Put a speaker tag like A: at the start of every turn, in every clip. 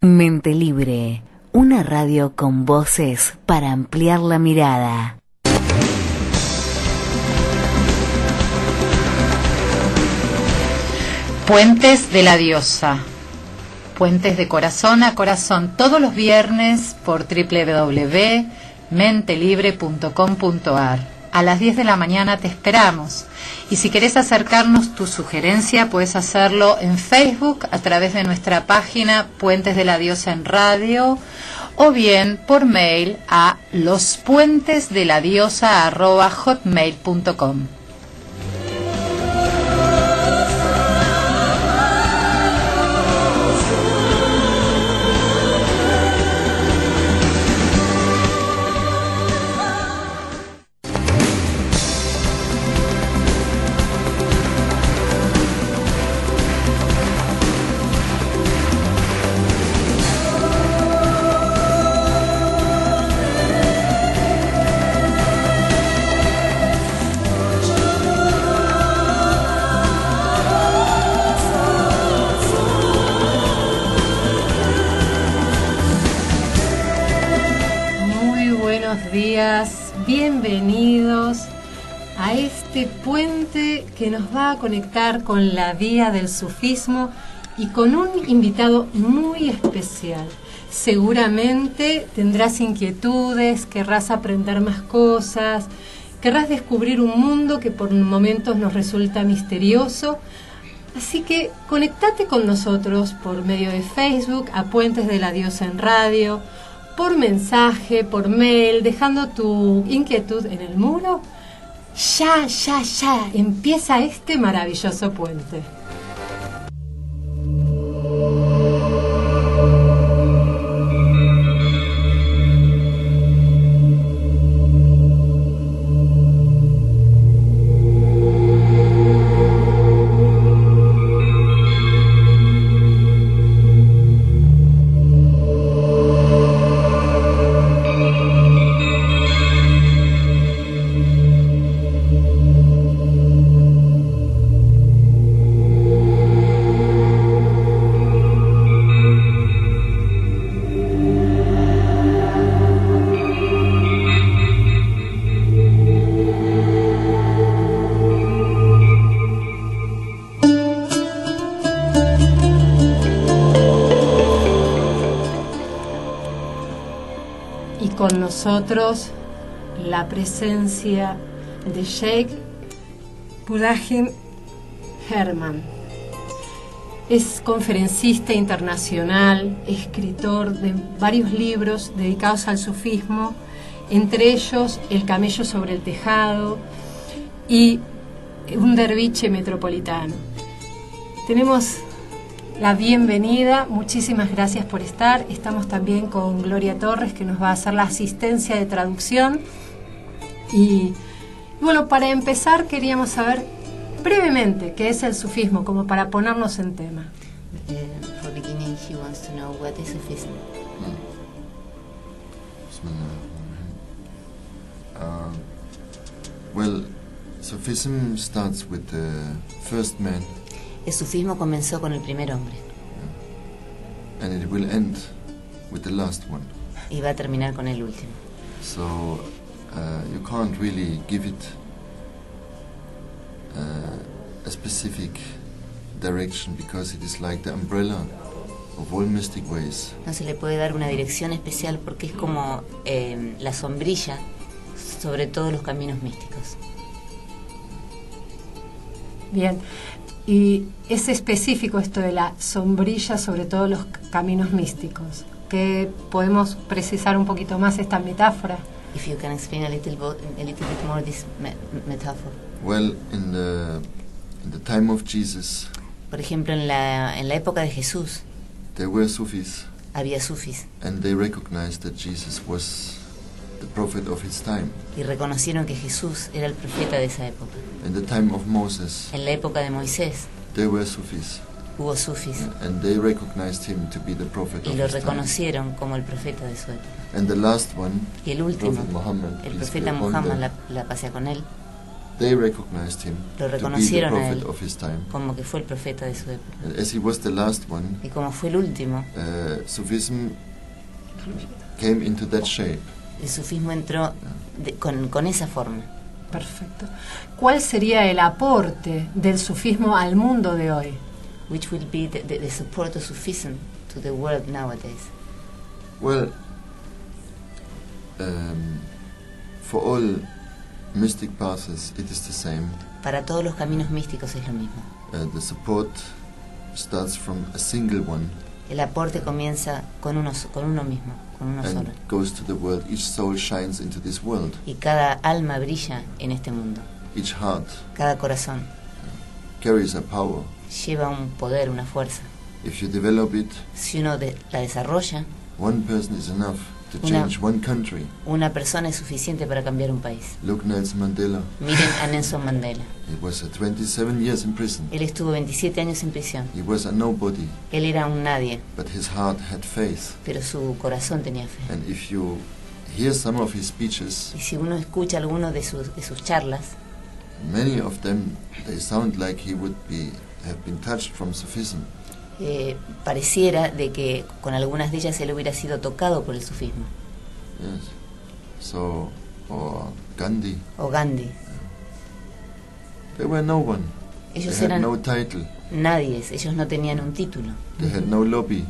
A: Mente Libre, una radio con voces para ampliar la mirada.
B: Puentes de la Diosa. Puentes de corazón a corazón todos los viernes por www.mentelibre.com.ar. A las 10 de la mañana te esperamos. Y si querés acercarnos tu sugerencia, puedes hacerlo en Facebook a través de nuestra página Puentes de la Diosa en Radio o bien por mail a lospuentesdeladiosa.hotmail.com.
C: Muy buenos días, bienvenidos a este puente que nos va a conectar con la vía del sufismo y con un invitado muy especial. Seguramente tendrás inquietudes, querrás aprender más cosas, querrás descubrir un mundo que por momentos nos resulta misterioso, Así que conectate con nosotros por medio de Facebook, a Puentes de la Diosa en Radio, por mensaje, por mail, dejando tu inquietud en el muro. Ya, ya, ya, empieza este maravilloso puente. y con nosotros la presencia de Sheikh Purajen Herman. Es conferencista internacional, escritor de varios libros dedicados al sufismo, entre ellos El camello sobre el tejado y Un derviche metropolitano. Tenemos la bienvenida, muchísimas gracias por estar. Estamos también con Gloria Torres, que nos va a hacer la asistencia de traducción. Y bueno, para empezar queríamos saber brevemente qué es el sufismo, como para ponernos en tema.
D: Um, for beginning, he wants to know what is Sufism.
E: Bismillahirrahmanirrahim. Um, well, Sufism starts with the first man
D: El sufismo comenzó con el primer hombre
E: and it will end with the last one.
D: y va a terminar con el último.
E: So uh, you can't really give it uh, a specific direction because it is like the umbrella of all mystic ways.
D: No se le puede dar una dirección especial porque es como em, la sombrilla sobre todos los caminos místicos.
C: Bien, y es específico esto de la sombrilla sobre todos los c- caminos místicos. ¿Qué podemos precisar un poquito más esta metáfora?
D: If you can explain a little, bo- a little bit more this me- metaphor.
E: Well, in the in the time of Jesus,
D: Por ejemplo, en la, en la época de Jesús
E: there were Sufis,
D: había sufis
E: and they recognized that Jesus was the prophet of his time.
D: y reconocieron que Jesús era el profeta de esa época.
E: In the time of Moses,
D: En la época de Moisés
E: there were Sufis,
D: hubo sufis
E: and they recognized him to be the prophet
D: y
E: of
D: lo
E: his time.
D: reconocieron como el profeta de su época.
E: And the last one,
D: Y el último,
E: Prophet Muhammad,
D: el
E: peace be
D: profeta
E: upon
D: Muhammad,
E: him.
D: la, la pasea con él,
E: They recognized him to
F: Lo
E: be the
F: reconocieron a
E: prophet
F: él
E: of his time.
F: como que fue el profeta de su época.
E: And as he was the last one,
F: Y como fue el último,
E: uh, Sufism came into that shape.
F: el sufismo entró de- con, con esa forma.
G: Perfecto. ¿Cuál sería el aporte del sufismo al mundo de hoy?
F: Which will be the, the- the support of Sufism to the world nowadays.
E: Well, um, for all mystic paths, it is the same.
F: Para todos los caminos místicos es lo mismo.
E: Uh, the support starts from a single one
F: El aporte comienza con uno, so- con uno mismo, con uno solo.
E: and goes to the world. Each soul shines into this world,
F: Y cada alma brilla en este mundo.
E: each heart
F: Cada corazón
E: carries a power.
F: lleva un poder, una fuerza.
E: If you develop it,
F: Si uno de- la desarrolla,
E: one person is enough to
F: Una-
E: change one country.
F: una persona es suficiente para cambiar un país.
E: Look, Nelson Mandela.
F: Miren a Nelson Mandela.
E: He was uh, 27 years in prison.
F: Él estuvo 27 años en prisión.
E: He was a nobody,
F: Él era un nadie,
E: but his heart had faith.
F: pero su corazón tenía fe.
E: And if you hear some of his speeches,
F: Y si uno escucha alguno de sus, de sus charlas,
E: many of them they sound like he would be have been touched from Sufism.
F: eh, pareciera de que con algunas de ellas él hubiera sido tocado por el sufismo.
E: Yes. So, or Gandhi,
F: O Gandhi.
E: they were no one. They
F: Ellos
E: had
F: eran
E: no title.
F: nadies, ellos no tenían un título.
E: They had no lobby.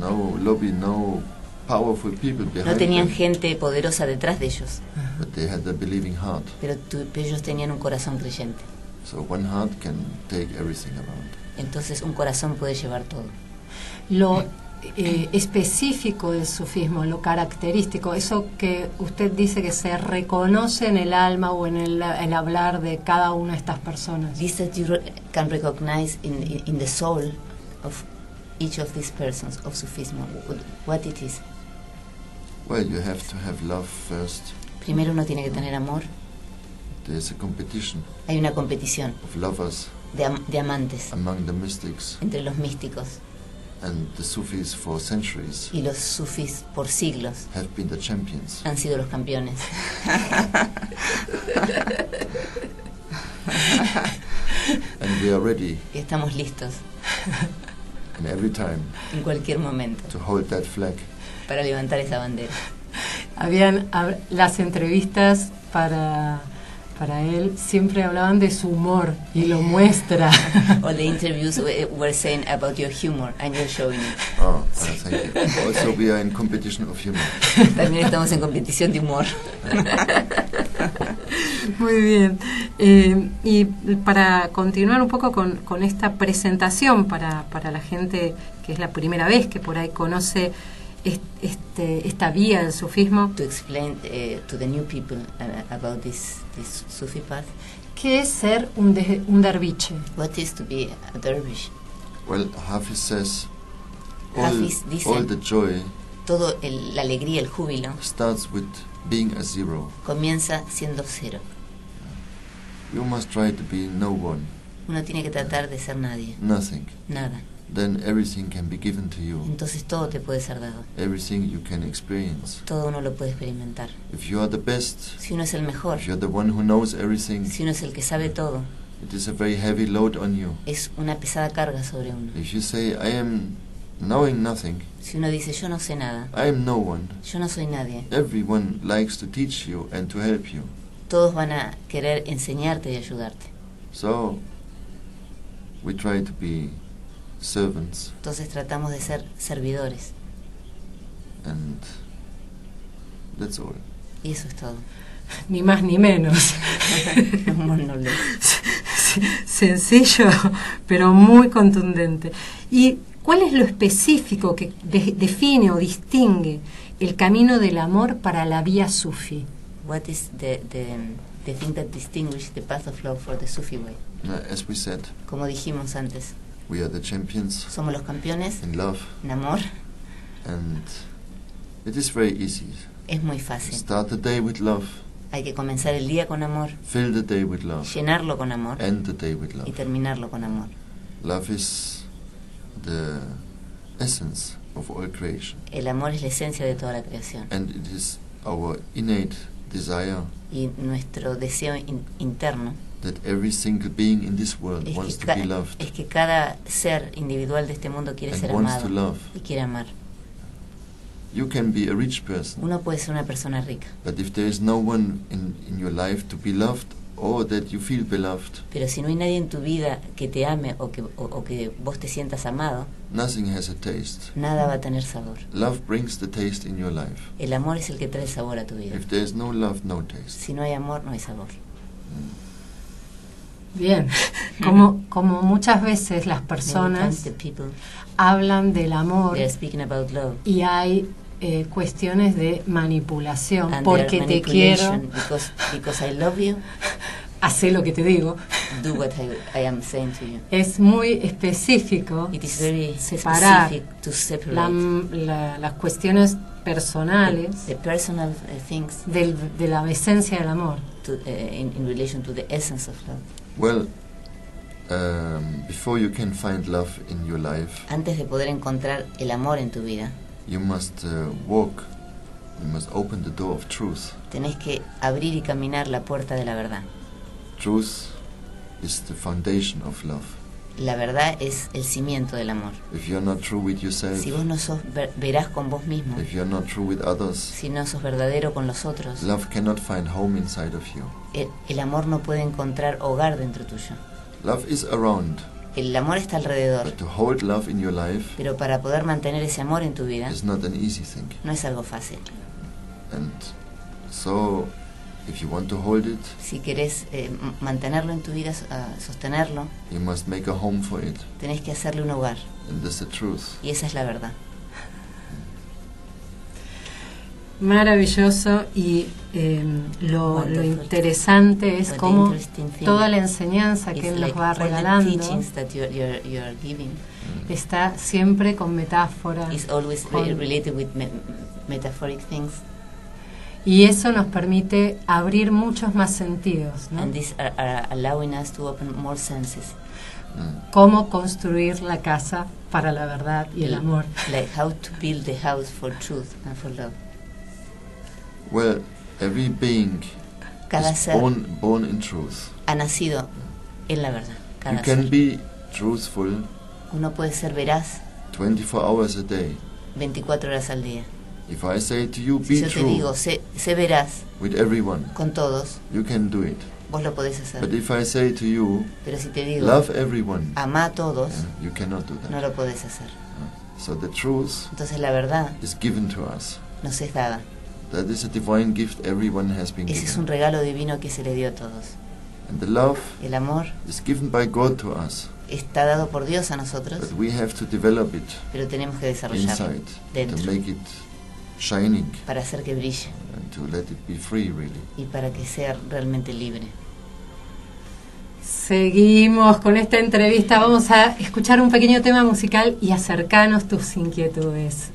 E: No lobby, no powerful people
F: No
E: behind
F: tenían
E: them.
F: gente poderosa detrás de ellos,
E: But they had a believing heart.
F: pero tu- pero ellos tenían un corazón creyente.
E: So one heart can take everything around.
F: Entonces un corazón puede llevar todo.
G: Lo eh, específico del sufismo, lo característico, eso que usted dice que se reconoce en el alma o en el, el hablar de cada una de estas personas.
F: This that you re- can recognize in, in, in the soul of each of these persons of Sufismo, wh- what it is.
E: Well, you have to have love first.
F: Primero uno tiene que tener amor.
E: There's a competition
F: Hay una competición
E: of lovers
F: de, am- de amantes
E: among the mystics
F: entre los místicos
E: and the Sufis for centuries
F: y los sufis por siglos
E: have been the champions.
F: han sido los campeones.
E: And we are ready
F: Y estamos listos
E: in every time
F: en cualquier momento
E: to hold that flag.
F: para levantar esa bandera.
G: Habían hab- las entrevistas para, para él, siempre hablaban de su humor y lo muestra.
F: All the interviews we- were saying about your humor and you're showing it.
E: Oh, uh, thank you. Also, we are in competition of humor.
F: También estamos en competición de humor.
G: Muy bien. Eh, y para continuar un poco con, con esta presentación para, para la gente que es la primera vez que por ahí conoce es- este, esta vía del sufismo,
F: To explain eh, to the new people uh, about this, this Sufi path,
G: ¿qué es ser un, de- un derviche?
F: What is to be a dervish?
E: Well, Hafiz says all,
F: Hafiz dice-
E: all the joy
F: Todo el- la alegría, el júbilo,
E: starts with being a zero.
F: comienza siendo cero.
E: You must try to be no one,
F: Uno tiene que tratar de ser nadie,
E: nothing.
F: nada.
E: Then everything can be given to you,
F: Entonces todo te puede ser dado,
E: everything you can experience.
F: todo uno lo puede experimentar.
E: If you are the best,
F: Si uno es el mejor,
E: If you're the one who knows everything,
F: si uno es el que sabe todo,
E: it is a very heavy load on you.
F: es una pesada carga sobre uno.
E: If you say, I am knowing nothing,
F: Si uno dice yo no sé nada,
E: I am no one,
F: yo no soy nadie,
E: everyone likes to teach you and to help you.
F: todos van a querer enseñarte y ayudarte.
E: So, we try to be servants
F: Entonces tratamos de ser servidores
E: and that's all.
F: y eso es todo.
G: Ni más ni menos.
F: Un monólogo.
G: Sencillo, pero muy contundente. ¿Y cuál es lo específico que de- define o distingue el camino del amor para la vía sufi?
F: What is the, the, the thing that distinguishes the path of love for the Sufi way?
E: Now, Uh, as we said,
F: Como dijimos antes,
E: we are the champions
F: somos los campeones
E: in love
F: en amor.
E: and it is very easy.
F: Es muy fácil.
E: Start the day with love,
F: Hay que comenzar el día con amor,
E: fill the day with love,
F: llenarlo con amor
E: end the day with
F: y
E: love.
F: terminarlo con amor.
E: Love is the essence of all creation,
F: El amor es la esencia de toda la creación
E: and it is our innate desire
F: y nuestro deseo in- interno
E: that every single being in this world
F: es
E: wants
F: que,
E: to
F: ca-
E: be loved
F: es que cada ser individual de este mundo quiere
E: and
F: ser
E: wants to
F: amado
E: love.
F: y quiere amar.
E: You can be a rich person,
F: Uno puede ser una persona rica,
E: but if there is no one in, in your life to be loved or that you feel beloved,
F: pero si no hay nadie en tu vida que te ame o que, o- o que vos te sientas amado,
E: nothing has a taste.
F: nada va a tener sabor.
E: Love brings the taste in your life.
F: El amor es el que trae sabor a tu vida.
E: If there is no love, no taste.
F: Si no hay amor, no hay sabor.
G: Bien, como, como muchas veces las
F: Many times
G: personas
F: the people,
G: hablan del amor
F: they are speaking about love.
G: y hay eh, cuestiones de manipulación,
F: and
G: porque
F: their
G: te
F: manipulation
G: quiero,
F: Because, because I love you,
G: hace lo que te digo.
F: do what I, I am saying to you.
G: Es muy específico
F: It is very
G: Separar.
F: specific to separate
G: la- la- las cuestiones personales
F: the personal uh, things
G: del- de la esencia del amor.
F: to, uh, in, in relation to the essence of love.
E: Well, um, before you can find love in your life,
F: Antes de poder encontrar el amor en tu vida,
E: you must uh, walk. You must open the door of truth.
F: tenés que abrir y caminar la puerta de la verdad.
E: Truth is the foundation of love.
F: La verdad es el cimiento del amor.
E: If you're not true with yourself,
F: Si vos no sos ver- verás con vos mismo,
E: if you're not true with others,
F: si no sos verdadero con los otros,
E: love cannot find home inside of you.
F: el, el amor no puede encontrar hogar dentro tuyo.
E: Love is around,
F: El amor está alrededor,
E: but to hold love in your life
F: pero para poder mantener ese amor en tu vida
E: is not an easy thing.
F: no es algo fácil.
E: And so, if you want to hold it,
F: Si querés eh, m- mantenerlo en tu vida, s- ah, sostenerlo,
E: you must make a home for it.
F: tenés que hacerle un hogar.
E: And that's the truth.
F: Y esa es la verdad.
G: Maravilloso y eh, lo, lo
F: Wonderful.
G: interesante es
F: But the
G: cómo
F: interesting thing
G: toda la enseñanza
F: is
G: que él
F: like
G: nos va
F: all the
G: regalando
F: teachings that you're, you're, you're giving
G: está siempre con metáfora
F: is always
G: Con-
F: re- related with me- metaphoric things,
G: y eso nos permite abrir muchos más sentidos, ¿no?
F: and these are, are allowing us to open more senses.
E: Mm.
G: Cómo construir la casa para la verdad y el amor.
F: Like how to build the house for truth and for love.
E: Well, every being
F: Cada
E: is
F: ser
E: born, born in truth.
F: ha nacido en la verdad.
E: You
F: Cada
E: can
F: ser.
E: be truthful
F: Uno puede ser veraz
E: 24 hours a day.
F: 24 horas al día.
E: If I say to you,
F: Si
E: be
F: yo te
E: true
F: digo, sé, sé veraz
E: with everyone,
F: con todos,
E: you can do it.
F: vos lo podés
E: But
F: hacer.
E: if I say to you,
F: Pero si te digo,
E: love everyone,
F: ama a todos,
E: yeah, you cannot do
F: no
E: that.
F: lo podés hacer.
E: So the truth
F: Entonces la verdad
E: is given to us.
F: nos es dada.
E: That is a divine gift everyone has been
F: Ese es un
E: given.
F: regalo divino que se le dio a todos.
E: And the love
F: El amor
E: is given by God to us,
F: está dado por Dios a nosotros,
E: but we have to develop it
F: pero tenemos que desarrollarlo
E: inside to
F: dentro
E: make it shining
F: para hacer que brille
E: and to let it be free, really.
F: y para que sea realmente libre.
G: Seguimos con esta entrevista, vamos a escuchar un pequeño tema musical y acercarnos tus inquietudes.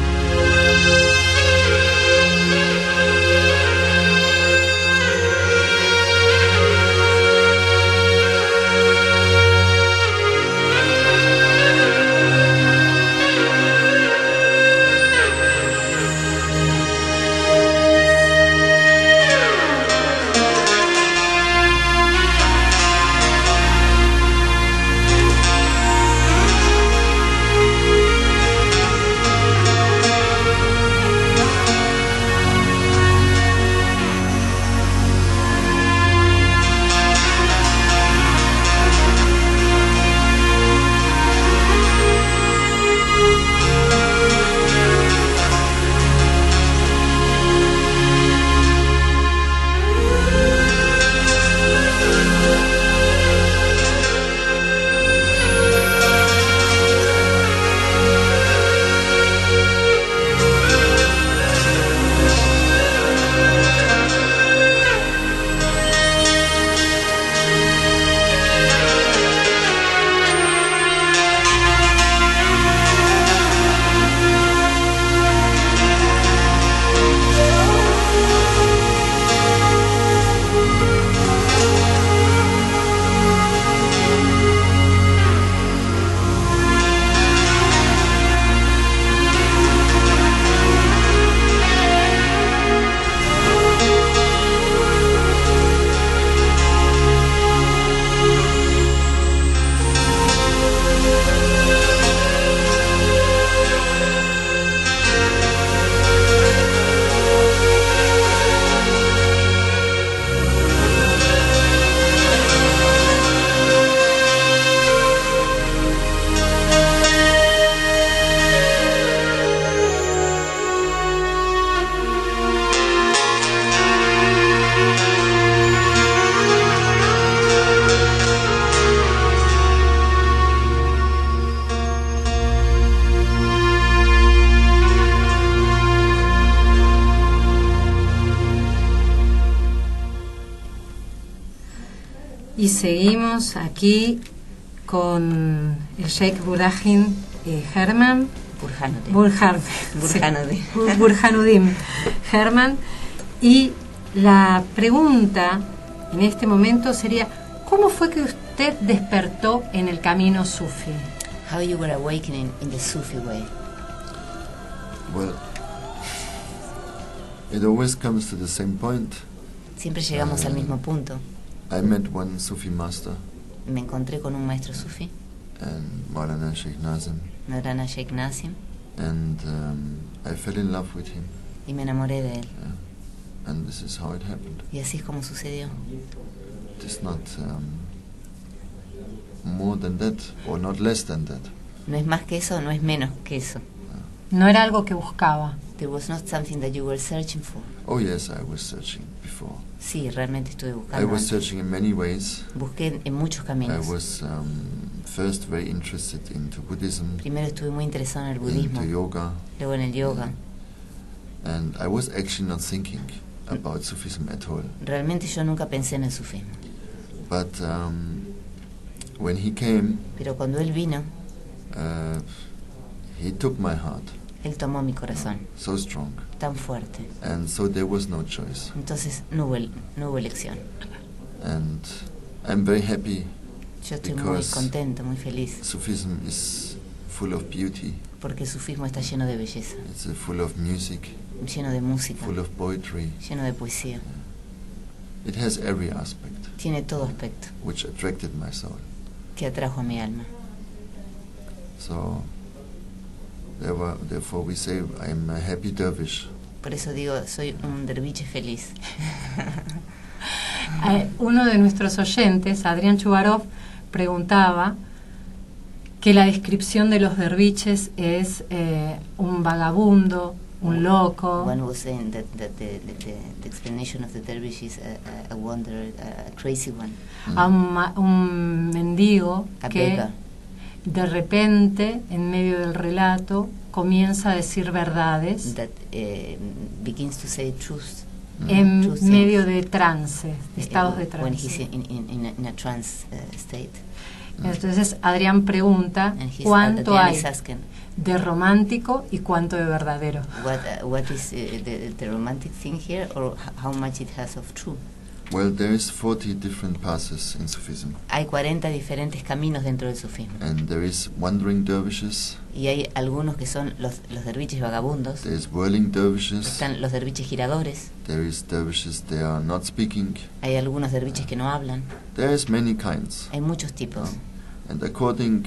H: Thank
G: Y seguimos aquí con el Sheikh Burajin eh, Herman
F: Burhanuddin.
G: Burhan,
F: Burhanuddin.
G: Bur- Burhanuddin Herman. Y la pregunta en este momento sería, ¿cómo fue que usted despertó en el camino sufi?
F: How you were awakening in the Sufi way.
E: Well, it always comes to the same point.
F: Siempre llegamos al mismo punto.
E: I met one Sufi master
F: Me encontré con un maestro sufi,
E: and Maulana Sheikh Nazim,
F: Nadrana Sheikh Nassim,
E: and um, I fell in love with him.
F: y me enamoré de él.
E: yeah. And this is how it happened.
F: Y así es como sucedió.
E: It is not um, more than that, or not less than that.
F: No es más que eso, no es menos que eso.
G: No era algo que buscaba.
F: There was not something that you were searching for.
E: Oh yes, I was searching before.
F: Sí, realmente estuve
E: I
F: buscando.
E: was
F: antes.
E: searching in many ways.
F: Busqué en- en muchos
E: I
F: caminos.
E: was um, first very interested into Buddhism,
F: Primero estuve muy interesado en el budismo,
E: into yoga,
F: luego en el yoga.
E: and I was actually not thinking about Sufism at all.
F: Realmente yo nunca pensé en el sufismo.
E: But um, when he came,
F: Pero cuando él vino,
E: uh, he took my heart
F: él tomó mi corazón
E: so strong,
F: tan fuerte.
E: and so there was no choice.
F: Entonces no hubo, el- no hubo elección.
E: And I'm very happy.
F: Yo estoy muy
E: Because-
F: contento, muy feliz,
E: Sufism is full of beauty.
F: porque el sufismo está lleno de belleza,
E: It's uh, full of music,
F: lleno de música,
E: full of poetry.
F: lleno de poesía.
E: It has every aspect
F: Tiene todo aspecto
E: which attracted my soul.
F: que atrajo a mi alma.
E: So, there were, therefore, we say I'm a happy dervish.
F: Por eso digo, soy un derviche feliz.
G: Eh, Uno de nuestros oyentes, Adrián Chubarov, preguntaba que la descripción de los derviches es eh, un vagabundo, un loco.
F: One was saying that, that the, the, the, the explanation of the dervish is a, a, a wanderer, a, a crazy one,
E: Mm.
G: a
F: Um,
G: un, ma- un mendigo
F: a
G: que
F: beggar.
G: de repente, en medio del relato, comienza a decir verdades
F: that eh, begins to say truth.
E: Mm.
G: en
F: True things.
G: medio de trance,
F: Eh,
G: de estados de
F: When he's
G: trance.
F: in, in, in, a, in a trance eh, state.
G: Entonces Adrián pregunta
F: And he's
G: cuánto
F: Adrián
G: hay
F: is asking
G: de romántico y cuánto de verdadero.
F: what, uh, what is eh, the, the romantic thing here or h- how much it has of true.
E: Well, there is 40 different passes in Sufism,
F: Hay 40 diferentes caminos dentro del sufismo
E: and there is wandering dervishes,
F: y hay algunos que son los, los derviches vagabundos,
E: there is whirling dervishes,
F: están los derviches giradores,
E: there is dervishes they are not speaking.
F: hay algunos derviches que no hablan,
E: There is many kinds,
F: hay muchos tipos.
E: and according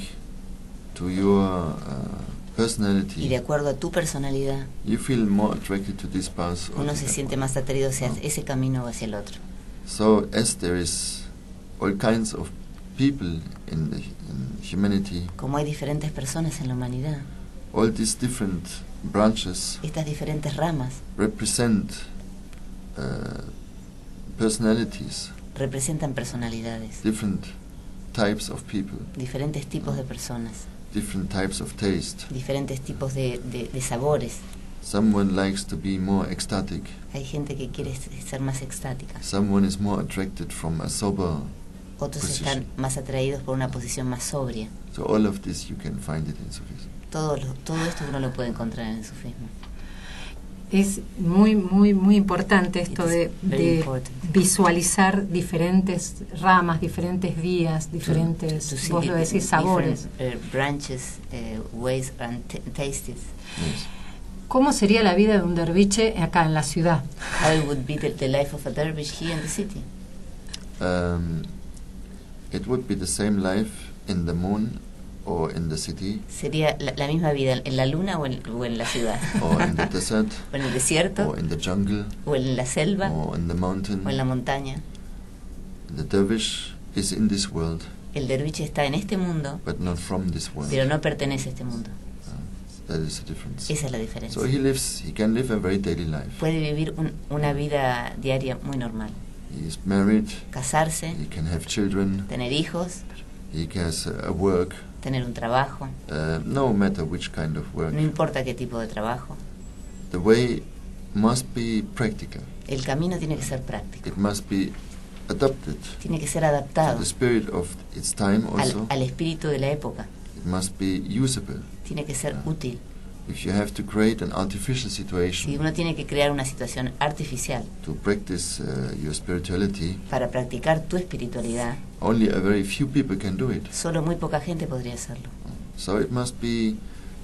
E: to your uh,
F: Y de
E: personality,
F: acuerdo a tu personalidad,
E: you feel more attracted to this pass or
F: uno
E: to
F: se
E: that
F: siente
E: one.
F: más atraído hacia ese camino o hacia el otro.
E: So, as there is all kinds of people in, the, in humanity,
F: Como hay diferentes personas en la humanidad,
E: all these different branches
F: estas diferentes ramas
E: represent uh, personalities,
F: representan personalidades,
E: different types of people,
F: diferentes tipos de personas,
E: different types of taste.
F: diferentes tipos de, de- de sabores.
E: Someone likes to be more ecstatic.
F: Hay gente que quiere s- ser más extática,
E: Someone is more attracted from a sober.
F: otros
E: Pues sí,
F: están
E: sí.
F: más atraídos por una posición más sobria.
E: So all of this you can find it in Sufism.
F: Todo, lo- todo esto uno lo puede encontrar en el sufismo.
G: Es muy, muy, muy importante esto
F: It is
G: de,
F: very
G: de
F: important.
G: visualizar diferentes ramas, diferentes vías, diferentes,
F: To see
G: vos
F: di-
G: lo decís,
F: different,
G: sabores.
F: eh, branches, eh, ways and t- tastes.
E: Yes.
G: ¿Cómo sería la vida de un derviche acá en la ciudad?
F: How it would be the, the life of a dervish here in the city.
E: Um, it would be the same life in the moon or in the city
F: Sería la, la misma vida en la luna o en, o en la ciudad.
E: or in the desert
F: o en el desierto,
E: or in the jungle
F: o en la selva,
E: or in the mountain.
F: o en la montaña.
E: The dervish is in this world,
F: El derviche está en este mundo,
E: but not from this world. Uh,
F: pero no pertenece a este mundo.
E: That is the difference.
F: Esa es la diferencia.
E: So he lives, he can live a very daily life.
F: Puede vivir un- una vida diaria muy normal.
E: He is married,
F: Casarse,
E: he can have children,
F: tener hijos,
E: he has a work,
F: tener un trabajo,
E: uh, no matter which kind of work.
F: no importa qué tipo de trabajo.
E: The way must be practical,
F: El camino tiene que ser práctico.
E: it must be adapted
F: tiene que ser
E: to
F: adaptado
E: the spirit of its time
F: al,
E: also.
F: al espíritu de la época,
E: It must be usable.
F: tiene que ser útil.
E: If you have to create an artificial
F: Si
E: situation
F: uno tiene que crear una situación artificial
E: to practice uh, your spirituality,
F: para practicar tu espiritualidad,
E: only a very few people can do it.
F: solo muy poca gente podría hacerlo.
E: So it must be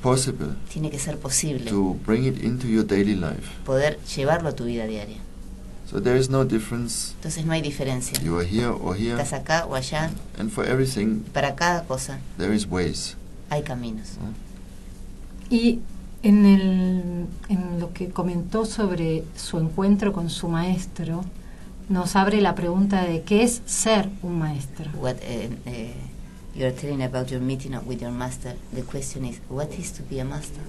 E: possible
F: Tiene que ser posible
E: to bring it into your daily life.
F: poder llevarlo a tu vida diaria.
E: So there is no difference.
F: Entonces no hay diferencia.
E: You are here or here,
F: Estás acá o allá.
E: and for everything
F: Para cada cosa
E: there is ways.
F: hay caminos.
G: Y en, el- en lo que comentó sobre su encuentro con su maestro, nos abre la pregunta de qué es ser un maestro.
F: What eh, eh, you're telling about your meeting with your master, the question is, what is to be a master?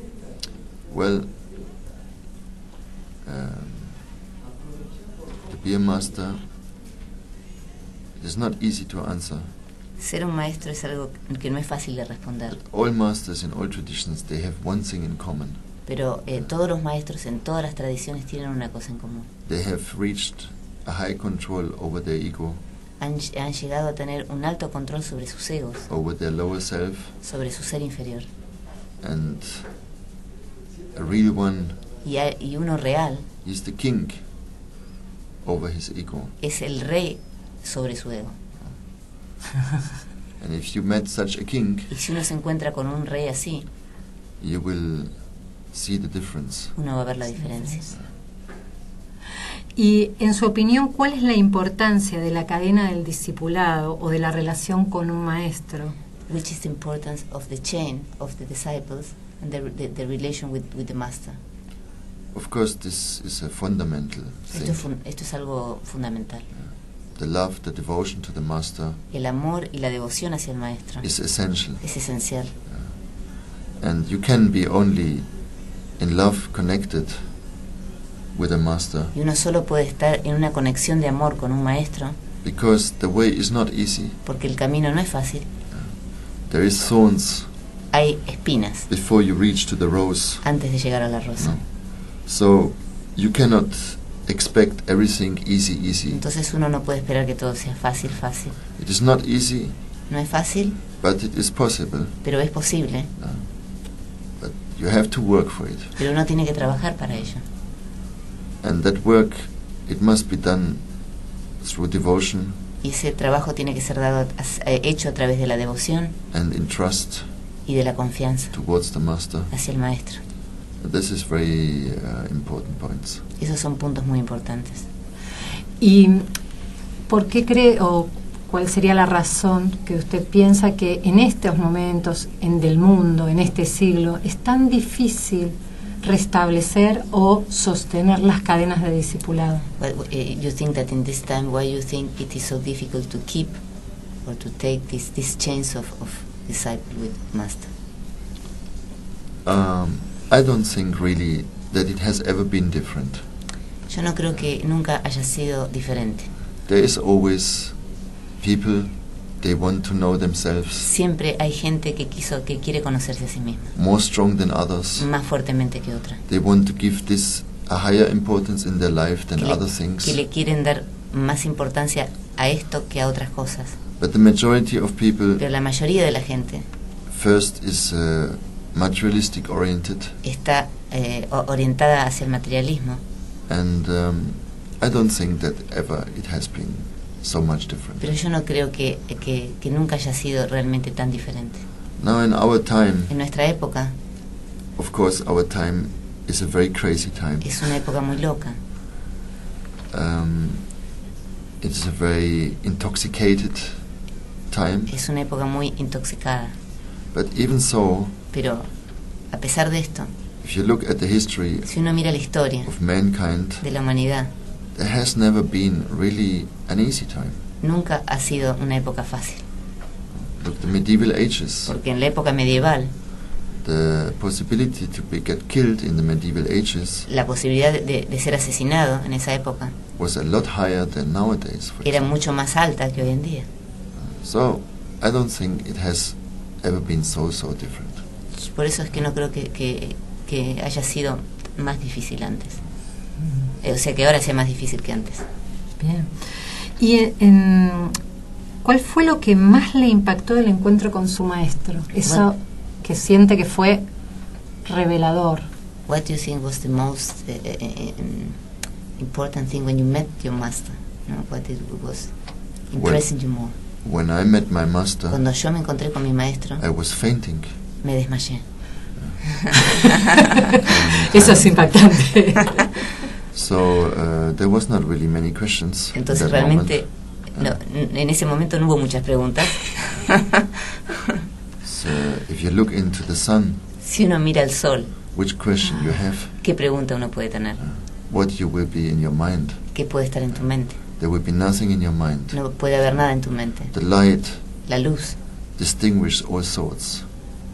E: Well, um, to be a master, it is not easy to answer.
F: Ser un maestro es algo que no es fácil de responder,
E: All masters in all traditions they have one thing in common.
F: pero eh, todos los maestros en todas las tradiciones tienen una cosa en común.
E: They have reached a high control over their ego,
F: Han, ll- han llegado a tener un alto control sobre sus egos,
E: over their lower self,
F: sobre su ser inferior.
E: and a real one
F: Y, hay- y uno real
E: is the king over his ego.
F: es el rey sobre su ego.
E: And if you met such a king,
F: Y si uno se encuentra con un rey así,
E: you will see the difference.
F: uno va a ver la diferencia.
G: Y en su opinión, ¿cuál es la importancia de la cadena del discipulado o de la relación con un maestro?
F: Which is the importance of the chain of the disciples and the, the, the relation with, with the master.
E: Of course, this is a fundamental
F: Esto
E: thing.
F: es, fun- esto es algo fundamental.
E: the love, the devotion to the master
F: El amor y la devoción hacia el maestro
E: is essential.
F: es esencial.
E: And you can be only in love connected with a master
F: Y uno solo puede estar en una conexión de amor con un maestro
E: because the way is not easy.
F: porque el camino no es fácil.
E: There is thorns
F: Hay espinas
E: before you reach to the rose.
F: antes de llegar a la rosa.
E: So you cannot expect everything easy, easy.
F: Entonces uno no puede esperar que todo sea fácil, fácil.
E: It is not easy,
F: No es fácil,
E: but it is possible. uh,
F: pero es posible.
E: But you have to work for it.
F: Pero uno tiene que trabajar para ello.
E: And that work, it must be done through devotion
F: Y ese trabajo tiene que ser dado, as- eh, hecho a través de la devoción
E: and in trust
F: y de la confianza
E: towards the master.
F: hacia el maestro.
E: This is very uh, important points.
F: Esos son puntos muy importantes.
G: ¿Y por qué cree o cuál sería la razón que usted piensa que en estos momentos en del mundo, en este siglo, es tan difícil restablecer o sostener las cadenas de discipulado?
F: What, eh, you think that in this time, why you think it is so difficult to keep or to take this, this change of, of disciple with master?
E: Um, I don't think really that it has ever been different.
F: Yo no creo que nunca haya sido diferente.
E: There is always people they want to know themselves
F: Siempre hay gente que quiso, que quiere conocerse a sí misma,
E: more strong than others.
F: más fuertemente que otra.
E: They want to give this a higher importance in their life
F: Que
E: than
F: le,
E: other things.
F: que le quieren dar más importancia a esto que a otras cosas.
E: But the majority of people
F: Pero la mayoría de la gente
E: first is uh, materialistic oriented,
F: está eh, o- orientada hacia el materialismo
E: and um, I don't think that ever it has been so much different.
F: Pero yo no creo que, que- que nunca haya sido realmente tan diferente.
E: Now in our time,
F: En nuestra época
E: of course, our time is a very crazy time.
F: es una época muy loca,
E: Um, it's a very intoxicated time,
F: es una época muy intoxicada.
E: but even so,
F: Pero a pesar de esto,
E: if you look at the history
F: si uno mira la historia
E: of mankind,
F: de la humanidad,
E: there has never been really an easy time.
F: nunca ha sido una época fácil.
E: Look, the medieval ages,
F: Porque en la época medieval,
E: the possibility to be get killed in the medieval ages
F: la posibilidad de, de ser asesinado en esa época
E: was a lot higher than nowadays. For
F: era
E: example. Uh,
F: mucho más alta que hoy en día.
E: so, I don't think it has ever been so so different.
F: Por eso es que no creo que, que- que haya sido más difícil antes. Eh, O sea, que ahora sea más difícil que antes.
G: Bien. ¿Y en- en- cuál fue lo que más le impactó del encuentro con su maestro? Eso
F: Bueno.
G: que siente que fue revelador.
F: What do you think was the most uh, uh, um, important thing when you met your master? No, what it was impressing you more?
E: When I met my master,
F: Cuando yo me encontré con mi maestro,
E: I was fainting.
F: me desmayé.
G: Eso es impactante.
E: So uh, there was not really many questions. in
F: Entonces
E: that moment. Uh,
F: realmente no, n- en ese momento no hubo muchas preguntas.
E: So if you look into the sun,
F: si uno mira el sol,
E: which question you have,
F: ¿qué pregunta uno puede tener?
E: what you will be in your mind.
F: ¿Qué puede estar en tu mente?
E: There will be nothing in your mind.
F: No puede haber nada en tu mente.
E: The light
F: La luz
E: distinguishes all thoughts.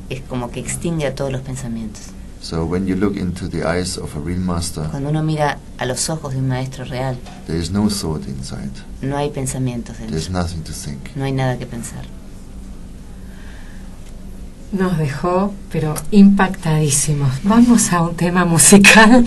F: es como que extingue a todos los pensamientos.
E: So when you look into the eyes of a real master,
F: Cuando uno mira a los ojos de un maestro real,
E: there is no thought inside.
F: no hay pensamientos
E: There's
F: dentro.
E: nothing to think.
F: No hay nada que pensar.
G: Nos dejó, pero impactadísimos. Vamos a un tema musical.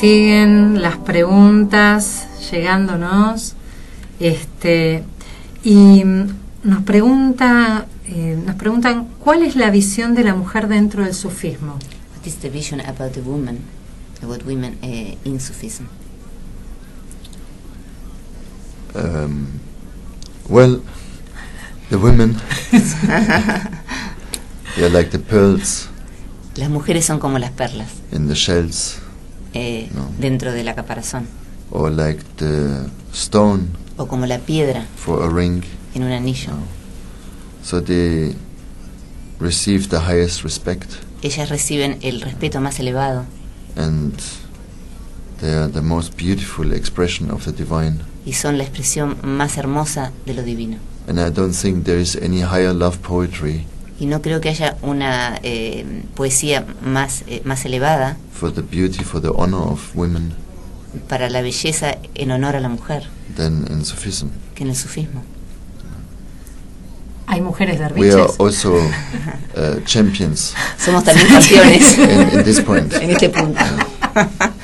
G: siguen las preguntas llegándonos. Este, y nos pregunta, eh, nos preguntan cuál es la visión de la mujer dentro del sufismo.
F: What is the vision about the woman, about women eh, in Sufism?
E: Um, well, the women, they're like the pearls
F: Las mujeres son como las perlas
E: in the shells,
F: eh,
E: No.
F: dentro de la caparazón,
E: or like the stone
F: o como la piedra
E: for a ring.
F: en un anillo.
E: No. So they receive the highest respect
F: Ellas reciben el respeto más elevado
E: and they are the most beautiful expression of the divine.
F: y son la expresión más hermosa de lo divino.
E: And I don't think there is any higher love poetry
F: Y no creo que haya una eh, poesía más, eh, más elevada
E: for the beauty, for the honor of women
F: para la belleza en honor a la mujer
E: than in Sufism.
F: que en el sufismo.
G: Hay mujeres
E: We are
G: derviches.
E: also uh, champions
F: Somos también campeones
E: in, in this point.
F: en este punto.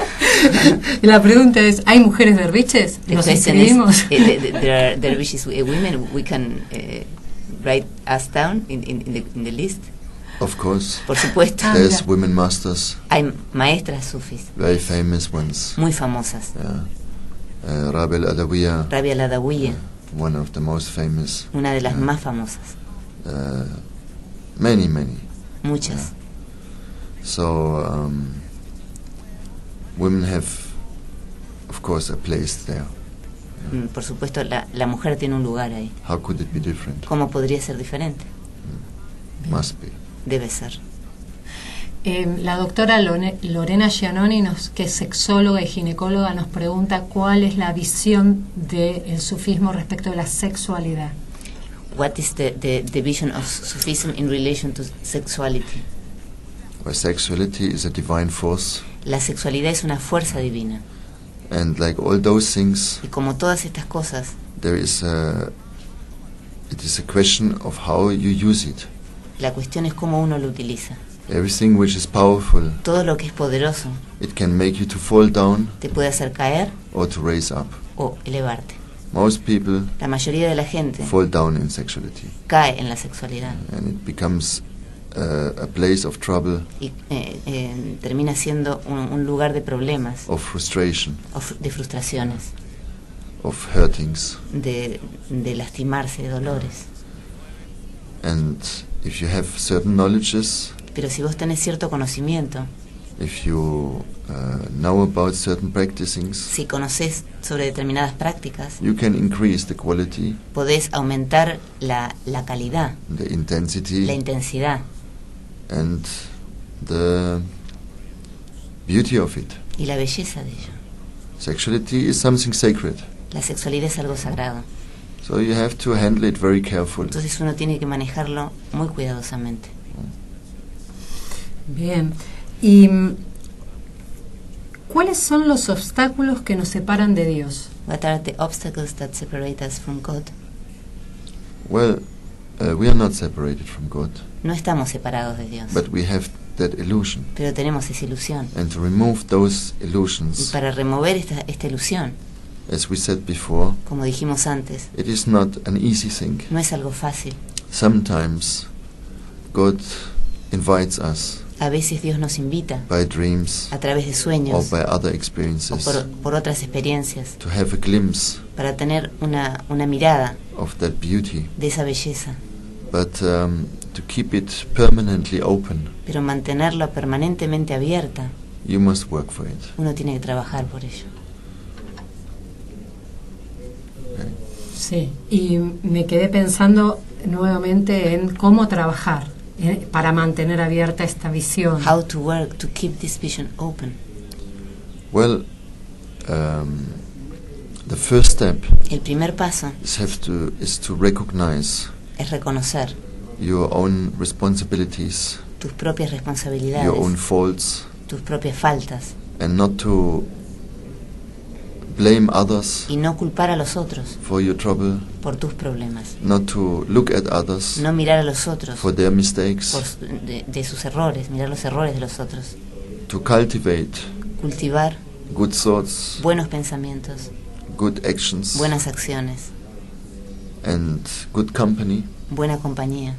G: La pregunta es, ¿hay mujeres derviches?
F: The
G: Nos
F: question is,
G: inscribimos.
F: eh, the- the- there are dervishes, eh, women, we can eh, write us down in, in- in the, in the list.
E: Of course,
F: Por supuesto,
G: Ah,
E: there's
G: mira.
E: women masters,
F: hay maestras sufis
E: very famous ones.
F: muy famosas.
E: Yeah. Uh, Rabi al-Adawiya,
F: Rabia Ladawiya,
E: one of the most famous.
F: una
G: Ah.
F: de las más famosas,
E: Uh, many, many.
F: muchas.
E: So um, women have, of course, a place there.
G: Ah.
F: Mm, Por supuesto, la, la mujer tiene un lugar ahí.
E: How could it be different?
F: ¿Cómo podría ser diferente?
E: Must be.
F: Debe ser.
G: Eh, la doctora Lone- Lorena Gianoni, nos, que es sexóloga y ginecóloga, nos pregunta cuál es la visión del sufismo respecto de la sexualidad.
F: What is the, the, the vision of Sufism in relation to sexuality?
E: Where sexuality is a divine force,
F: La sexualidad es una fuerza divina
E: and like all those things,
F: y como todas estas cosas
E: there is a. It is a question of how you use it.
F: La cuestión es cómo uno lo utiliza.
E: Everything which is powerful,
F: Todo lo que es poderoso
E: it can make you to fall down
F: te puede hacer caer
E: or to raise up.
F: o elevarte.
E: Most people
F: La mayoría de la gente
E: fall down in sexuality,
F: cae en la sexualidad
E: and it becomes uh, a place of trouble,
F: y eh, eh, termina siendo un, un lugar de problemas,
E: of frustration,
F: o fr- de frustraciones,
E: of hurtings.
F: de, de lastimarse, de dolores.
E: And if you have certain knowledges,
F: Pero si vos tenés cierto conocimiento,
E: if you uh, know about certain practicings,
F: si conocés sobre determinadas prácticas,
E: you can increase the quality,
F: podés aumentar la, la calidad,
E: the
F: la
E: intensity,
F: intensidad
E: and the beauty of it.
F: y la belleza de ello.
E: Sexuality is something sacred,
F: La sexualidad es algo sagrado.
E: so you have to handle it very carefully.
F: Entonces uno tiene que manejarlo muy cuidadosamente.
G: Bien. ¿Y mm, cuáles son los obstáculos que nos separan de Dios?
F: What are the obstacles that separate us from God?
E: Well, uh, we are not separated from God,
F: No estamos separados de Dios,
E: but we have that illusion.
F: pero tenemos esa ilusión.
E: And to remove those
F: Y
E: illusions,
F: para remover esta, esta ilusión,
E: as we said before,
F: como dijimos antes,
E: it is not an easy thing.
F: no es algo fácil.
E: Sometimes God invites us
F: A veces Dios nos invita,
E: by dreams
F: a través de
E: or
F: sueños
E: by other
F: o
E: experiences
F: por, por otras experiencias,
E: to have a glimpse
F: para tener una, una mirada
E: of that beauty,
F: de esa belleza,
E: but um, to keep it permanently open,
F: pero mantenerla permanentemente abierta,
E: you must work for it.
F: uno tiene que trabajar por ello.
G: Sí. Y me quedé pensando nuevamente en cómo trabajar eh, para mantener abierta esta visión.
F: How to work to keep this vision open.
E: Well, um, the first step
F: El primer paso
E: is have to is to recognize
F: es reconocer
E: your own responsibilities,
F: tus propias
E: your own
F: responsabilidades,
E: faults,
F: tus propias faltas
E: and not to blame others
F: y no culpar a los otros
E: for your trouble,
F: por tus problemas.
E: not to look at others
F: No mirar a los otros
E: for their mistakes,
F: por su- de, de sus errores, mirar los errores de los otros.
E: to cultivate
F: Cultivar
E: good thoughts,
F: buenos pensamientos,
E: good actions,
F: buenas acciones,
E: and good company.
F: buena compañía.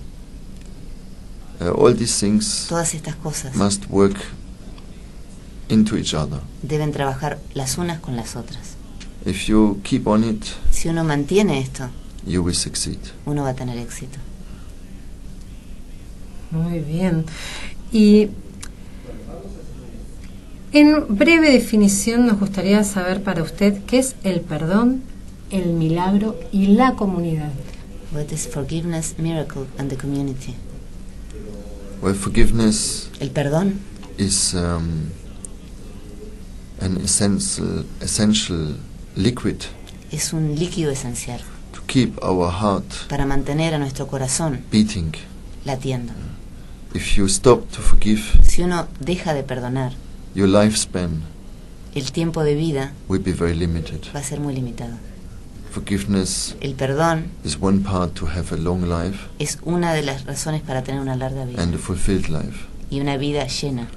E: Uh, all these things
F: Todas estas cosas
E: must work into each other.
F: deben trabajar las unas con las otras.
E: If you keep on it,
F: Si uno mantiene esto,
E: you will succeed.
F: uno va a tener éxito.
G: Muy bien. Y en breve definición nos gustaría saber para usted qué es el perdón, el milagro y la comunidad.
F: What is forgiveness, miracle and the community?
E: Well, forgiveness
F: El perdón
E: is um, an essential, essential liquid
F: es un líquido esencial
E: to keep our heart
F: para mantener a nuestro corazón
E: beating.
F: latiendo.
E: If you stop to forgive,
F: Si uno deja de perdonar,
E: your lifespan
F: el tiempo de vida
E: will be very limited.
F: va a ser muy limitado.
E: Forgiveness
F: El perdón
E: is one part to have a long life
F: es una de las razones para tener una larga vida
E: and a fulfilled life.
F: y una vida llena.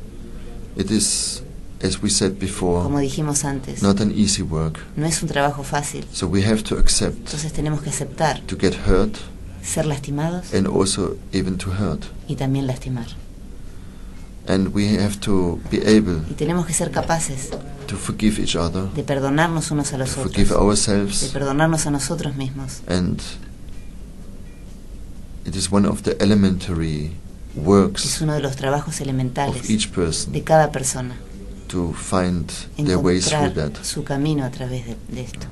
E: It is, as we said
F: Como
E: before,
F: dijimos antes,
E: not an easy work.
F: no es un trabajo fácil.
E: So we have to accept
F: Entonces tenemos que aceptar
E: to get hurt
F: ser lastimados
E: and also even to hurt.
F: y también lastimar.
E: And we have to be able
F: Y tenemos que ser capaces
E: to forgive each other,
F: de perdonarnos unos a
E: to
F: los
E: forgive
F: otros, de
E: ourselves,
F: perdonarnos a nosotros mismos.
E: and it is one of the elementary
F: Es
E: works
F: uno de los trabajos
E: of
F: elementales
E: each person
F: de cada persona,
E: to find their way through
F: encontrar
E: that.
F: su camino a través de, de esto.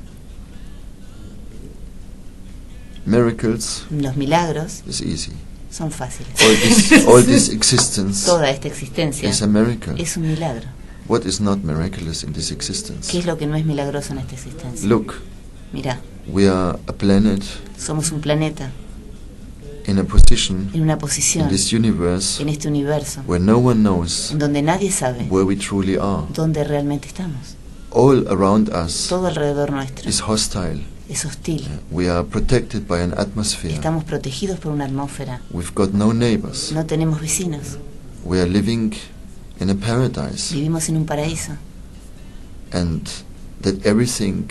E: Miracles
F: Los milagros
E: is easy.
F: son fáciles.
E: All this, all this existence
F: Toda esta existencia
E: is a miracle.
F: es un milagro.
E: What is not miraculous in this existence?
F: ¿Qué es lo que no es milagroso en esta existencia?
E: Look,
F: Mirá,
E: we are a planet
F: somos un planeta
E: in a position
F: en una
E: in
F: posición
E: this universe
F: en este universo
E: where no one knows
F: en donde nadie sabe
E: where we truly are.
F: dónde realmente estamos.
E: All around us
F: Todo alrededor nuestro
E: is hostile.
F: es hostil.
E: We are protected by an atmosphere.
F: Estamos protegidos por una atmósfera.
E: We've got no neighbors.
F: No tenemos vecinos.
E: We are living in a paradise,
F: Vivimos en un paraíso
E: and that everything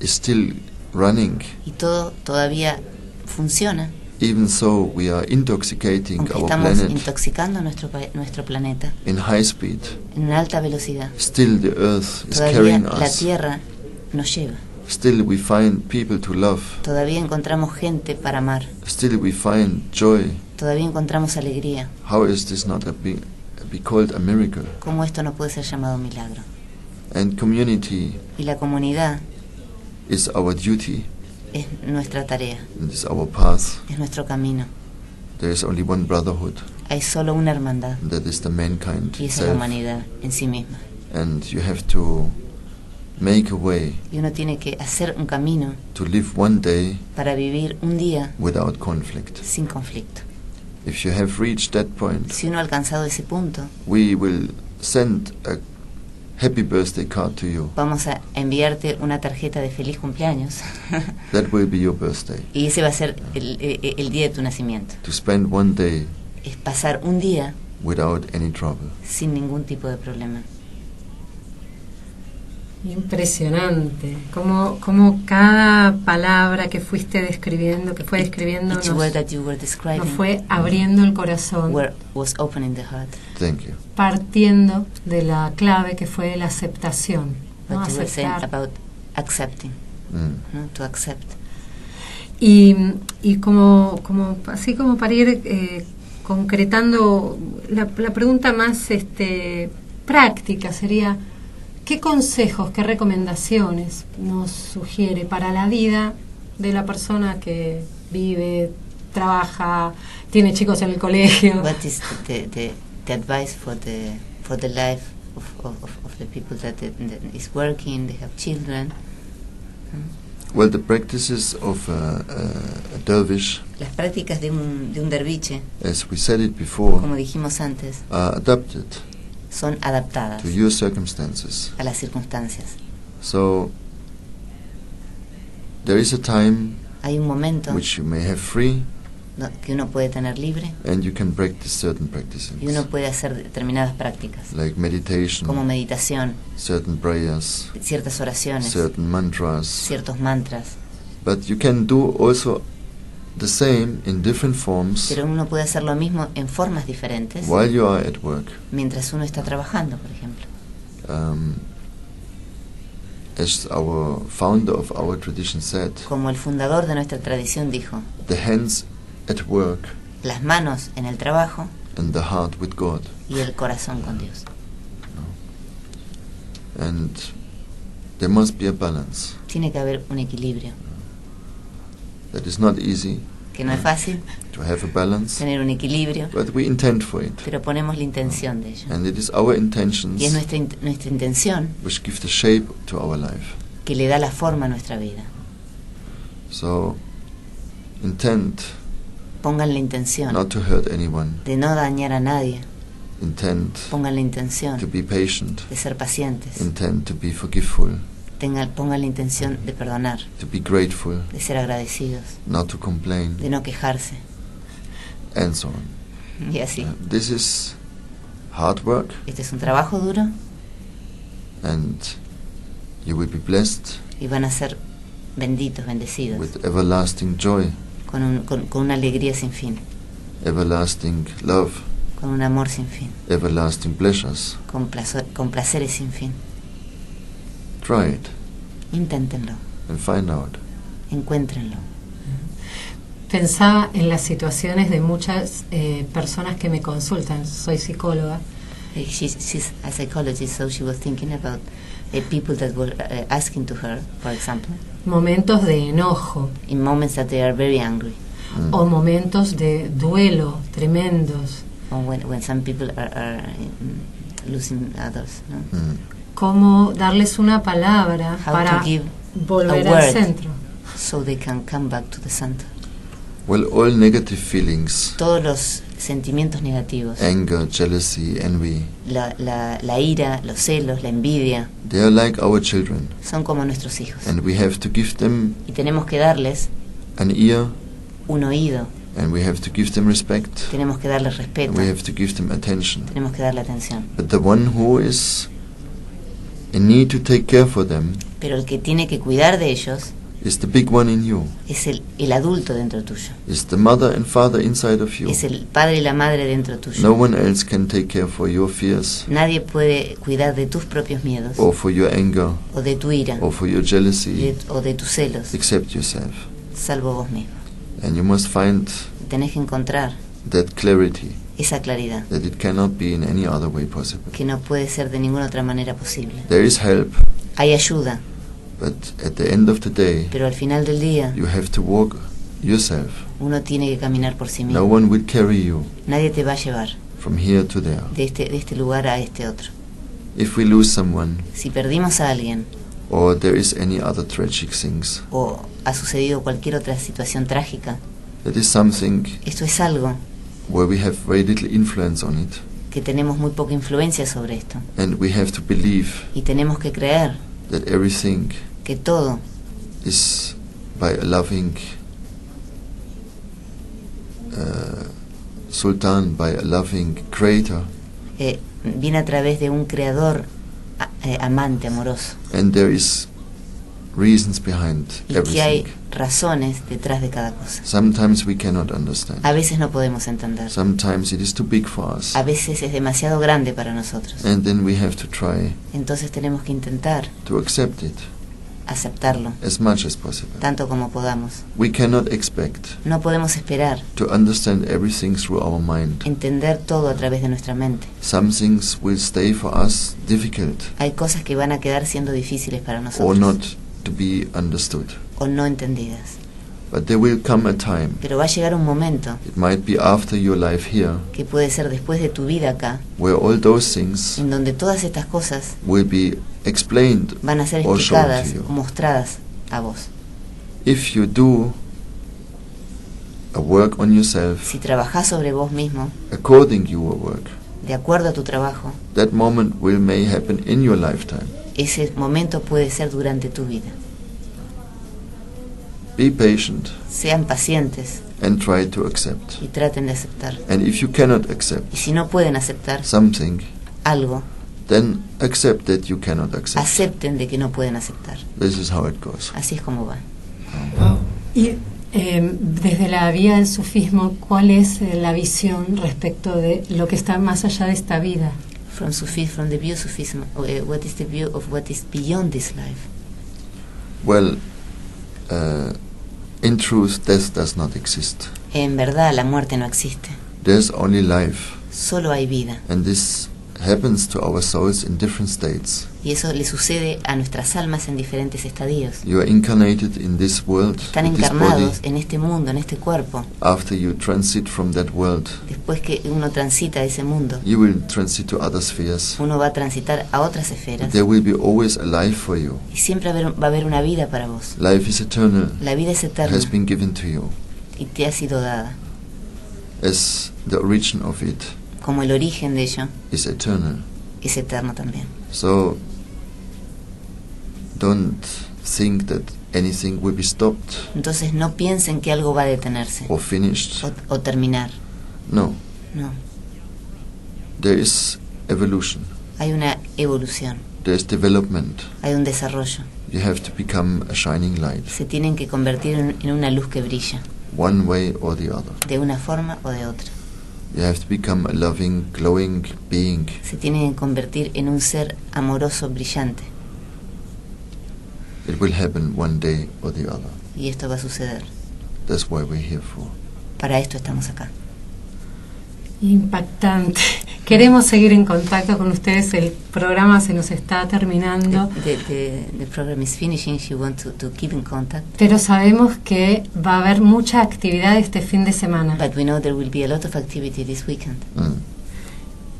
E: is still running.
F: y todo todavía funciona,
E: Even so, we are intoxicating
F: aunque
E: our
F: estamos
E: planet
F: intoxicando nuestro, pa- nuestro planeta
E: in high speed.
F: en una alta velocidad.
E: Still, the earth is
F: Todavía
E: carrying
F: la
E: us.
F: Tierra nos lleva.
E: Still, we find people to love.
F: Todavía encontramos gente para amar.
E: Still, we find joy.
F: Todavía encontramos alegría.
E: How is this not a be, be called a miracle?
F: ¿Cómo esto no puede ser llamado milagro?
E: And community
F: Y la comunidad
E: is our duty
F: es nuestra tarea,
E: and is our path.
F: es nuestro camino.
E: There is only one brotherhood,
F: Hay solo una hermandad
E: and that is the mankind
F: y esa es la
E: itself.
F: humanidad en sí misma.
E: And you have to make a way
F: Y uno tiene que hacer un camino
E: to live one day
F: para vivir un día
E: without conflict.
F: sin conflicto.
E: If you have reached that point,
F: Si uno ha alcanzado ese punto,
E: we will send a happy birthday card to you.
F: vamos a enviarte una tarjeta de feliz cumpleaños
E: That will be your birthday.
F: y ese va a ser el, eh, el día de tu nacimiento.
E: To spend one day
F: Es pasar un día
E: without any trouble.
F: sin ningún tipo de problema.
G: Impresionante, como, como cada palabra que fuiste describiendo, que fue describiendo,
F: Each word
G: nos,
F: that you were describing
G: nos fue abriendo el corazón,
F: were- was opening the heart.
E: Thank you.
G: partiendo de la clave que fue la aceptación. ¿no?
F: What you were saying
G: Aceptar.
F: about accepting,
E: Mm.
F: ¿no? to accept.
G: Y, y como, como, así como para ir eh, concretando, la, la pregunta más este, práctica sería, ¿qué consejos, qué recomendaciones nos sugiere para la vida de la persona que vive, trabaja, tiene chicos en el colegio?
F: What is the, the, the advice for the for the life of, of, of- of the people that, that that is working? They have children.
E: Well, the practices of uh, uh, a dervish,
F: Las prácticas de un, de un derviche,
E: as we said it before,
F: como dijimos antes,
E: are adapted
F: son adaptadas
E: to your circumstances.
F: a las circunstancias.
E: So there is a time
F: Hay un momento
E: which you may have free
F: no- que uno puede tener libre
E: And you can practice certain practices,
F: y uno puede hacer determinadas prácticas,
E: like meditation,
F: como meditación,
E: certain prayers,
F: ciertas oraciones,
E: certain mantras.
F: ciertos mantras.
E: But you can do also the same in different forms
F: Pero uno puede hacer lo mismo en formas diferentes
E: while you are at work.
F: mientras uno está trabajando, por ejemplo.
E: Um, as our founder of our tradition said,
F: Como el fundador de nuestra tradición dijo,
E: the hands at work
F: las manos en el trabajo
E: and the heart with God.
F: y el corazón con Dios.
E: And there must be a balance.
F: Tiene que haber un equilibrio,
E: That is not easy
F: que no es fácil
E: to have a balance,
F: tener un equilibrio,
E: but we intend for it.
F: pero ponemos la intención de ello.
E: And it is our
F: Y es
E: intentions
F: nuestra, in- nuestra intención
E: which give the shape to our life.
F: que le da la forma a nuestra vida.
E: So, intent
F: Pongan la intención
E: not to hurt anyone,
F: de no dañar a nadie.
E: intent
F: Pongan la
E: to
F: intención
E: be patient,
F: de ser pacientes.
E: intent to be forgiveful,
F: Tengan, pongan la intención de perdonar,
E: to be grateful,
F: de ser agradecidos,
E: not to complain,
F: de no quejarse.
E: and so on.
F: Y así.
E: Uh, This is hard work,
F: Este es un trabajo duro
E: and you will be blessed
F: y van a ser benditos, bendecidos,
E: with everlasting joy,
F: con, un- con- con una alegría sin fin,
E: everlasting love,
F: con un amor sin fin,
E: everlasting pleasures.
F: con, plazo- con placeres sin fin.
E: Try it
F: Inténtenlo,
E: and find out.
F: encuéntrenlo.
G: Pensaba en las situaciones de muchas eh, personas que me consultan. Soy psicóloga.
F: Eh, She's, she's a psychologist, so she was thinking about the people that were uh, asking to her, for example,
G: Momentos de enojo
F: in moments that they are very angry,
E: Mm.
G: o momentos de duelo tremendos.
F: or Oh, when, when some people are, are mm, losing others. No?
E: Mm.
G: Cómo darles una palabra
F: How
G: para
F: to give
G: volver
F: a
G: al
F: word.
G: centro.
F: so they can come back to the center.
E: Well, all negative feelings,
F: Todos los sentimientos negativos,
E: anger, jealousy, envy,
F: la, la, la ira, los celos, la envidia,
E: they are like our children,
F: son como nuestros hijos.
E: and we have to give them
F: Y tenemos que darles
E: an ear,
F: un oído,
E: and we have to give them respect,
F: tenemos que darles
E: and
F: respeto,
E: we have to give them attention.
F: tenemos que darle atención.
E: But the one who is in need to take care for them
F: Pero el que tiene que cuidar de ellos
E: is the big one in you,
F: es el, el adulto dentro tuyo,
E: is the mother and father inside of you.
F: es el padre y la madre dentro
E: No
F: tuyo.
E: one else can take care for your fears,
F: Nadie puede cuidar de tus propios miedos
E: or for your anger,
F: o de tu ira
E: or for your
F: y
E: jealousy,
F: de- o de tus celos,
E: except yourself.
F: salvo vos mismo.
E: And you must find
F: Tenés que encontrar
E: that clarity
F: esa claridad
E: that it cannot be in any other way possible.
F: que no puede ser de ninguna otra manera posible.
E: There is help,
F: Hay ayuda,
E: but at the end of the day,
F: pero al final del día
E: you have to walk yourself.
F: uno tiene que caminar por sí
E: No
F: mismo.
E: one will carry you
F: Nadie te va a llevar
E: from here to there.
F: de este, de este lugar a este otro.
E: If we lose someone,
F: Si perdimos a alguien
E: or there is any other tragic things,
F: o ha sucedido cualquier otra situación trágica,
E: that is something
F: esto es algo
E: where we have very little influence on it,
F: que tenemos muy poca influencia sobre esto
E: and we have to believe
F: y tenemos que creer
E: that everything
F: que todo
E: is by a loving uh, sultan, by a loving creator,
F: eh, viene a través de un creador a- eh, amante, amoroso,
E: and there is reasons behind
F: y que hay
E: everything.
F: razones detrás de cada cosa.
E: Sometimes we cannot
F: A
E: understand.
F: veces no podemos entender,
E: Sometimes it is too big for us,
F: a veces es demasiado grande para nosotros,
E: and then we have to try
F: entonces tenemos que intentar
E: to accept it
F: aceptarlo
E: as much as possible.
F: tanto como podamos.
E: We cannot expect
F: No podemos esperar
E: to understand everything through our mind.
F: entender todo a través de nuestra mente.
E: Some things will stay for us difficult
F: Hay cosas que van a quedar siendo difíciles para
E: or
F: nosotros
E: not to be understood.
F: o no entendidas.
E: But there will come a time,
F: Pero va a llegar un momento
E: it might be after your life here,
F: que puede ser después de tu vida acá,
E: where all those things
F: en donde todas estas cosas
E: will be explained.
F: van a ser
E: Or shown to
F: explicadas
E: you.
F: o mostradas a vos.
E: If you do a work on yourself,
F: Si trabajás sobre vos mismo,
E: according your work,
F: de acuerdo a tu trabajo,
E: that moment will may happen in your lifetime.
F: ese momento puede ser durante tu vida.
E: Be patient,
F: Sean pacientes,
E: and try to accept.
F: y traten de aceptar.
E: And if you cannot accept
F: Y si no pueden aceptar
E: something,
F: algo,
E: then accept that you cannot accept.
F: acepten de que no pueden aceptar.
E: This is how it goes.
F: Así es como va.
G: Y eh, desde la vía del sufismo, ¿cuál es eh, la visión respecto de lo que está más allá de esta vida?
F: From Sufi, from the view of Sufism, eh, what is the view of what is beyond this life?
E: Well, uh, in truth, death does not exist.
F: En verdad, la muerte no existe.
E: There's only life,
F: Solo hay vida.
E: and this happens to our souls in different states.
F: Y eso le sucede a nuestras almas en diferentes estadios.
E: You are incarnated in this world,
F: Están
E: with this body,
F: encarnados en este mundo, en este cuerpo.
E: after you transit from that world.
F: Después que uno transita ese mundo,
E: You will transit to other spheres.
F: uno va a transitar a otras
E: But
F: esferas.
E: there will be always a life for you.
F: Y siempre va a haber- va a haber una vida para vos.
E: Life is eternal,
F: La vida es
E: It
F: eterna
E: has been given to you
F: y te ha sido dada.
E: as the origin of it
F: Como el origen de ello
E: is eternal.
F: es eterno también.
E: So don't think that anything will be stopped
F: Entonces no piensen que algo va a detenerse
E: or finished.
F: o, o terminar.
E: No,
F: No,
E: there is evolution,
F: hay una evolución,
E: there is development.
F: hay un desarrollo.
E: You have to become a shining light,
F: Se tienen que convertir en, en una luz que brilla,
E: one way or the other.
F: de una forma o de otra.
E: You have to become a loving, glowing being.
F: Se tienen que convertir en un ser amoroso, brillante.
E: It will happen one day or the other.
F: Y esto va a suceder.
E: That's why we're here for.
F: Para esto estamos acá.
G: Impactante. Queremos seguir en contacto con ustedes. El programa se nos está terminando,
F: The, the- the program is finishing. If you want to, to keep in contact.
G: pero sabemos que va a haber mucha actividad este fin de semana.
F: But we know there will be a lot of activity this weekend.
E: Mm.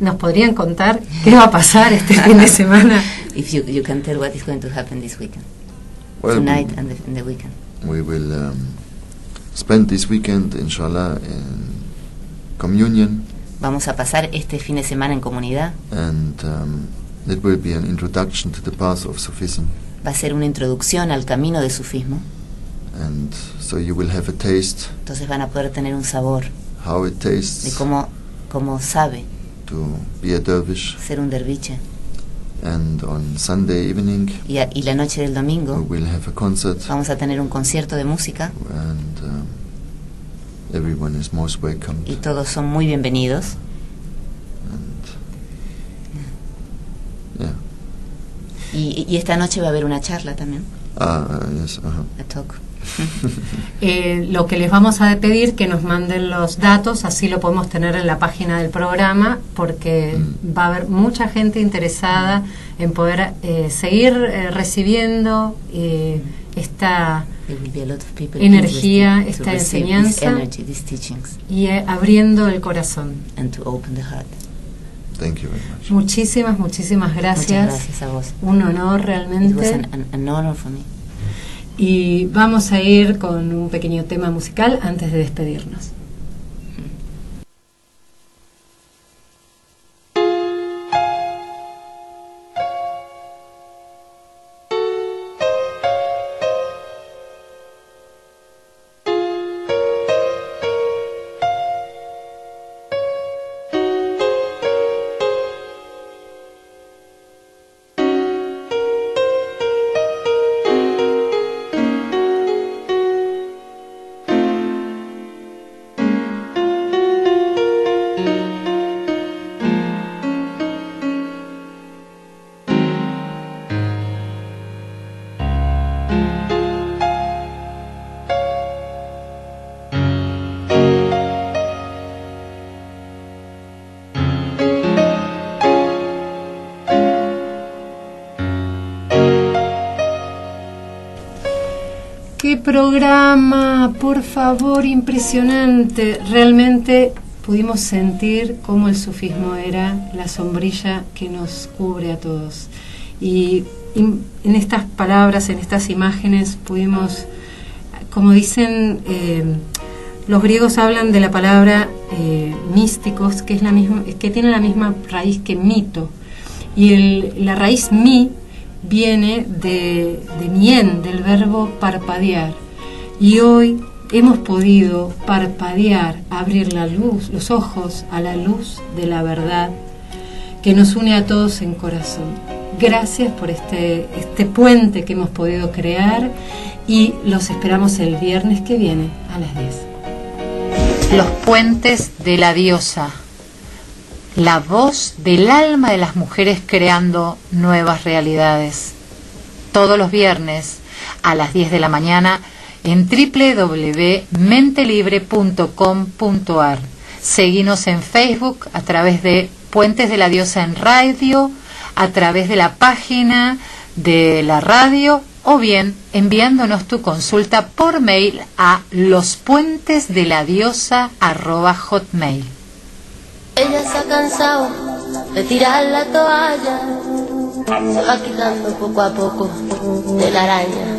G: ¿Nos podrían contar qué va a pasar este fin de semana?
F: If you, you can tell what is going to happen this weekend,
E: Well,
F: tonight
E: we-
F: and the, and the weekend.
E: we will um, spend this weekend, inshallah, in communion,
F: Vamos a pasar este fin de semana en comunidad.
E: and um, it will be an introduction to the path of Sufism.
F: Va a ser una introducción al camino de sufismo.
E: And so you will have a taste
F: Entonces van a poder tener un sabor
E: how it
F: de
E: tastes
F: cómo, cómo sabe
E: to be a dervish.
F: ser un derviche.
E: And on Sunday evening,
F: Y, a- y la noche del
E: we
F: domingo Ah.
E: will have a concert,
F: vamos a tener un concierto de música
E: and um, everyone is most welcome.
F: y todos son muy bienvenidos.
E: And yeah,
F: Y, y esta noche va a haber una charla también,
E: ah, uh, yes, uh-huh.
F: a talk.
G: Eh, lo que les vamos a pedir que nos manden los datos, así lo podemos tener en la página del programa, porque
E: Mm.
G: va a haber mucha gente interesada en poder eh, seguir eh, recibiendo eh, esta
F: There will be a lot of people
G: Energía,
F: interested
G: esta
F: to receive
G: enseñanza.
F: This energy, these teachings,
G: y eh, abriendo el corazón.
F: and to open the heart.
E: Thank you very much.
G: Muchísimas, muchísimas
F: Muchas
G: gracias.
F: gracias a vos.
G: Un honor
F: It was
G: realmente.
F: an, an, an honor for me.
G: Y vamos a ir con un pequeño tema musical antes de despedirnos. ¡Qué programa! Por favor, impresionante. Realmente pudimos sentir cómo el sufismo era la sombrilla que nos cubre a todos. Y in- en estas palabras, en estas imágenes, pudimos, como dicen, eh, los griegos hablan de la palabra eh, místicos, que, es la misma, que tiene la misma raíz que mito. Y el- la raíz mi viene de, de mien, del verbo parpadear. Y hoy hemos podido parpadear, abrir la luz, los ojos a la luz de la verdad que nos une a todos en corazón. Gracias por este, este puente que hemos podido crear y los esperamos el viernes que viene a las 10.
C: Los puentes de la diosa. La voz del alma de las mujeres creando nuevas realidades. Todos los viernes a las 10 de la mañana en www.mentelibre.com.ar. Seguimos en Facebook a través de Puentes de la Diosa en Radio, a través de la página de la radio o bien enviándonos tu consulta por mail a lospuentesdeladiosa@hotmail.
H: Ella se ha cansado de tirar la toalla, se va quitando poco a poco de la araña.